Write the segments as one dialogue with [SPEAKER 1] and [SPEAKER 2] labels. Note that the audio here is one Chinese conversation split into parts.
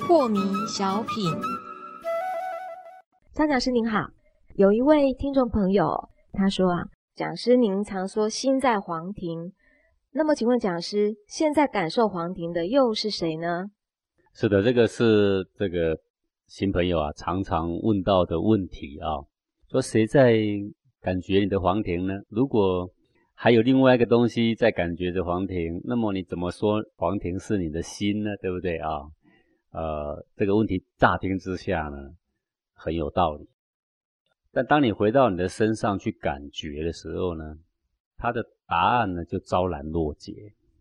[SPEAKER 1] 破迷小品，张讲师您好，有一位听众朋友他说啊，讲师您常说心在黄庭，那么请问讲师，现在感受黄庭的又是谁呢？
[SPEAKER 2] 是的，这个是这个新朋友啊，常常问到的问题啊，说谁在感觉你的黄庭呢？如果还有另外一个东西在感觉着黄庭，那么你怎么说黄庭是你的心呢？对不对啊？呃，这个问题乍听之下呢，很有道理，但当你回到你的身上去感觉的时候呢，它的答案呢就昭然若揭。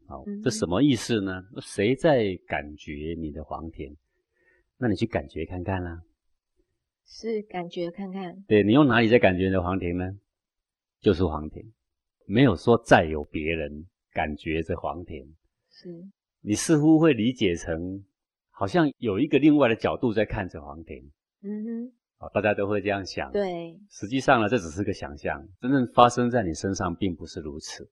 [SPEAKER 2] 好、哦，
[SPEAKER 1] 嗯
[SPEAKER 2] 这什么意思呢？谁在感觉你的黄田？那你去感觉看看啦、
[SPEAKER 1] 是感觉看看，
[SPEAKER 2] 对你用哪里在感觉你的黄庭呢？就是黄庭，没有说再有别人感觉这黄庭。
[SPEAKER 1] 是
[SPEAKER 2] 你似乎会理解成，好像有一个另外的角度在看着黄庭。
[SPEAKER 1] 嗯
[SPEAKER 2] 哦，大家都会这样想。
[SPEAKER 1] 哼，，对，
[SPEAKER 2] 实际上呢，这只是个想象，真正发生在你身上并不是如此，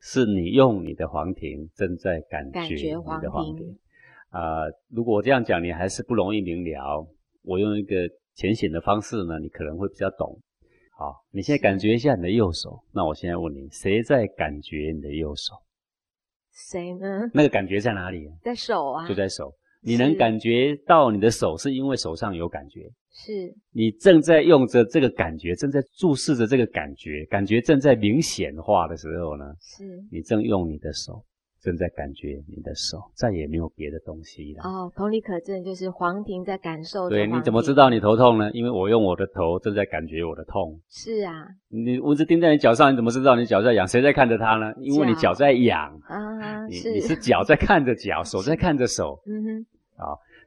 [SPEAKER 2] 是你用你的黄庭正在感
[SPEAKER 1] 感
[SPEAKER 2] 觉你
[SPEAKER 1] 觉
[SPEAKER 2] 的
[SPEAKER 1] 黄
[SPEAKER 2] 黄
[SPEAKER 1] 庭
[SPEAKER 2] 庭。啊、如果我这样讲，你还是不容易明了。我用一个浅显的方式呢，你可能会比较懂。好，你现在感觉一下你的右手。那我现在问你，谁在感觉你的右手？
[SPEAKER 1] 谁呢？
[SPEAKER 2] 那个感觉在哪里？
[SPEAKER 1] 在手啊，
[SPEAKER 2] 就在手。你
[SPEAKER 1] 是
[SPEAKER 2] 能感觉到你的手，是因为手上有感觉。
[SPEAKER 1] 是
[SPEAKER 2] 你正在用着这个感觉，正在注视着这个感觉，感觉正在明显化的时候呢，
[SPEAKER 1] 是
[SPEAKER 2] 你正用你的手，正在感觉你的手，再也没有别的东西了。
[SPEAKER 1] 哦，同理可证，就是黄庭在感受着
[SPEAKER 2] 对，你
[SPEAKER 1] 黄
[SPEAKER 2] 怎么
[SPEAKER 1] 庭
[SPEAKER 2] 知道你头痛呢？因为我用我的头正在感觉我的痛。
[SPEAKER 1] 是啊
[SPEAKER 2] 你蚊子叮在你脚上，你怎么知道你脚在痒？谁在看着它呢？因为你
[SPEAKER 1] 脚
[SPEAKER 2] 脚在痒，
[SPEAKER 1] 啊，
[SPEAKER 2] 你
[SPEAKER 1] 是
[SPEAKER 2] 你是脚在看 着脚，手在看着手。
[SPEAKER 1] 嗯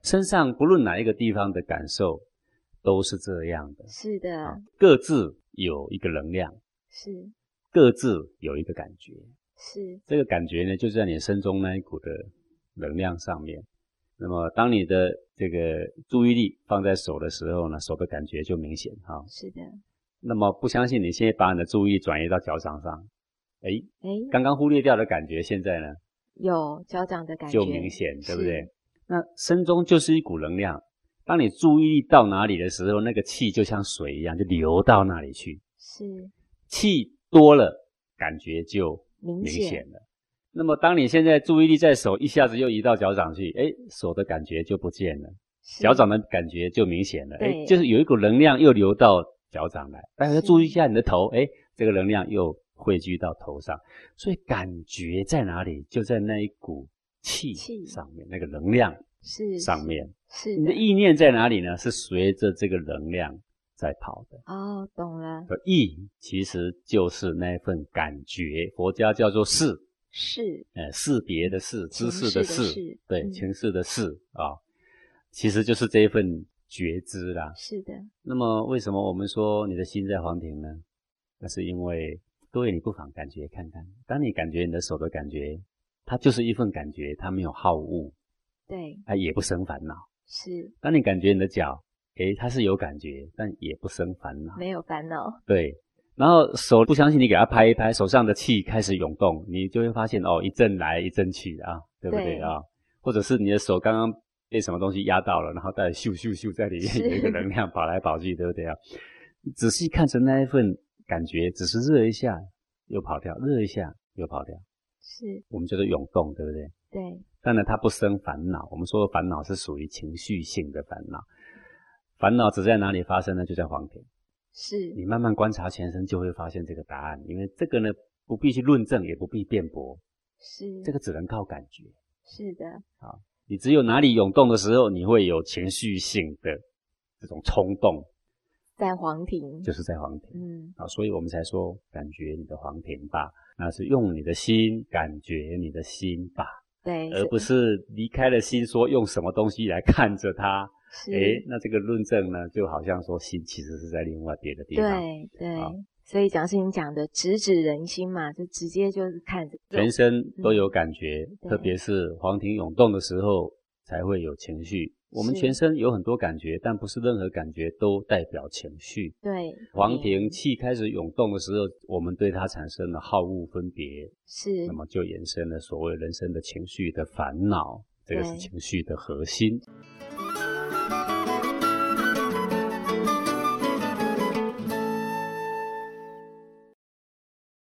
[SPEAKER 2] 身上不论哪一个地方的感受，都是这样的
[SPEAKER 1] 哼，，是的，
[SPEAKER 2] 各自有一个能量，
[SPEAKER 1] 是
[SPEAKER 2] 各自有一个感觉。
[SPEAKER 1] 是
[SPEAKER 2] 这个感觉呢，就在你身中那一股的能量上面。那么，当你的这个注意力放在手的时候呢，手的感觉就明显哈、
[SPEAKER 1] 是的，
[SPEAKER 2] 那么，不相信你现在把你的注意力转移到脚掌上，哎，
[SPEAKER 1] 哎，
[SPEAKER 2] 刚刚忽略掉的感觉，现在呢
[SPEAKER 1] 有脚掌的感觉，
[SPEAKER 2] 就明显，对不对
[SPEAKER 1] 是？？
[SPEAKER 2] 那身中就是一股能量，当你注意力到哪里的时候，那个气就像水一样，就流到那里去。
[SPEAKER 1] 是
[SPEAKER 2] 气多了，感觉就
[SPEAKER 1] 明
[SPEAKER 2] 明
[SPEAKER 1] 显
[SPEAKER 2] 显了。那么，当你现在注意力在手，一下子又移到脚掌去，哎，手的感觉就不见了，
[SPEAKER 1] 是
[SPEAKER 2] 脚掌的感觉就明显了，
[SPEAKER 1] 对
[SPEAKER 2] 哎，就是有一股能量又流到脚掌来。大家
[SPEAKER 1] 是
[SPEAKER 2] 注意一下你的头，哎，这个能量又汇聚到头上，所以感觉在哪里，就在那一股气
[SPEAKER 1] 气
[SPEAKER 2] 上面，那个能量
[SPEAKER 1] 是
[SPEAKER 2] 上面。
[SPEAKER 1] 是
[SPEAKER 2] 你的意念在哪里呢？是随着这个能量在跑的。
[SPEAKER 1] 哦，懂了，
[SPEAKER 2] 的意其实就是那份感觉，佛家叫做识，
[SPEAKER 1] 是
[SPEAKER 2] 呃，识别的识，知
[SPEAKER 1] 情
[SPEAKER 2] 识
[SPEAKER 1] 绪的
[SPEAKER 2] 识，
[SPEAKER 1] 识
[SPEAKER 2] 对，
[SPEAKER 1] 嗯
[SPEAKER 2] 情势的识啊、其实就是这一份觉知啦。
[SPEAKER 1] 是的，
[SPEAKER 2] 那么为什么我们说你的心在黄庭呢？那是因为各位你不妨感觉看看，当你感觉你的手的感觉，它就是一份感觉，它没有好恶，
[SPEAKER 1] 对，
[SPEAKER 2] 它也不生烦恼。
[SPEAKER 1] 是
[SPEAKER 2] 当你感觉你的脚，诶，它是有感觉，但也不生烦恼。
[SPEAKER 1] 没有烦恼，
[SPEAKER 2] 对，然后手不相信你给它拍一拍，手上的气开始涌动，你就会发现哦，一阵来一阵去啊，对不
[SPEAKER 1] 对
[SPEAKER 2] 对啊？或者是你的手刚刚被什么东西压到了，然后再咻咻咻在里
[SPEAKER 1] 是
[SPEAKER 2] 面有一个能量跑来跑去，对不对啊？你仔细看着那一份感觉，只是热一下又跑掉，热一下又跑掉，
[SPEAKER 1] 是
[SPEAKER 2] 我们叫做涌动，对不对？
[SPEAKER 1] 对，
[SPEAKER 2] 当然，它不生烦恼。我们说的烦恼是属于情绪性的烦恼，烦恼只在哪里发生呢？就在黄庭。
[SPEAKER 1] 是
[SPEAKER 2] 你慢慢观察全身，就会发现这个答案。因为这个呢，不必去论证，也不必辩驳，
[SPEAKER 1] 是
[SPEAKER 2] 这个只能靠感觉。
[SPEAKER 1] 是的，
[SPEAKER 2] 你只有哪里涌动的时候，你会有情绪性的这种冲动，
[SPEAKER 1] 在黄庭，
[SPEAKER 2] 就是在黄庭
[SPEAKER 1] 嗯，
[SPEAKER 2] 啊，所以我们才说感觉你的黄庭吧，那是用你的心感觉你的心吧，
[SPEAKER 1] 对，
[SPEAKER 2] 而不是离开了心说用什么东西来看着它。
[SPEAKER 1] 是
[SPEAKER 2] 诶，那这个论证呢，就好像说心其实是在另外别的地方。
[SPEAKER 1] 对对
[SPEAKER 2] 好，
[SPEAKER 1] 所以讲是你讲的直指人心嘛，就直接就是看着
[SPEAKER 2] 全身都有感觉，
[SPEAKER 1] 嗯对
[SPEAKER 2] 特别是黄庭涌动的时候，才会有情绪我们
[SPEAKER 1] 是
[SPEAKER 2] 全身有很多感觉，但不是任何感觉都代表情绪。
[SPEAKER 1] 对，
[SPEAKER 2] 黄
[SPEAKER 1] 嗯
[SPEAKER 2] 庭气开始涌动的时候，我们对它产生了好恶分别，
[SPEAKER 1] 是
[SPEAKER 2] 那么就衍生了所谓人生的情绪的烦恼，这个是
[SPEAKER 1] 对
[SPEAKER 2] 情绪的核心。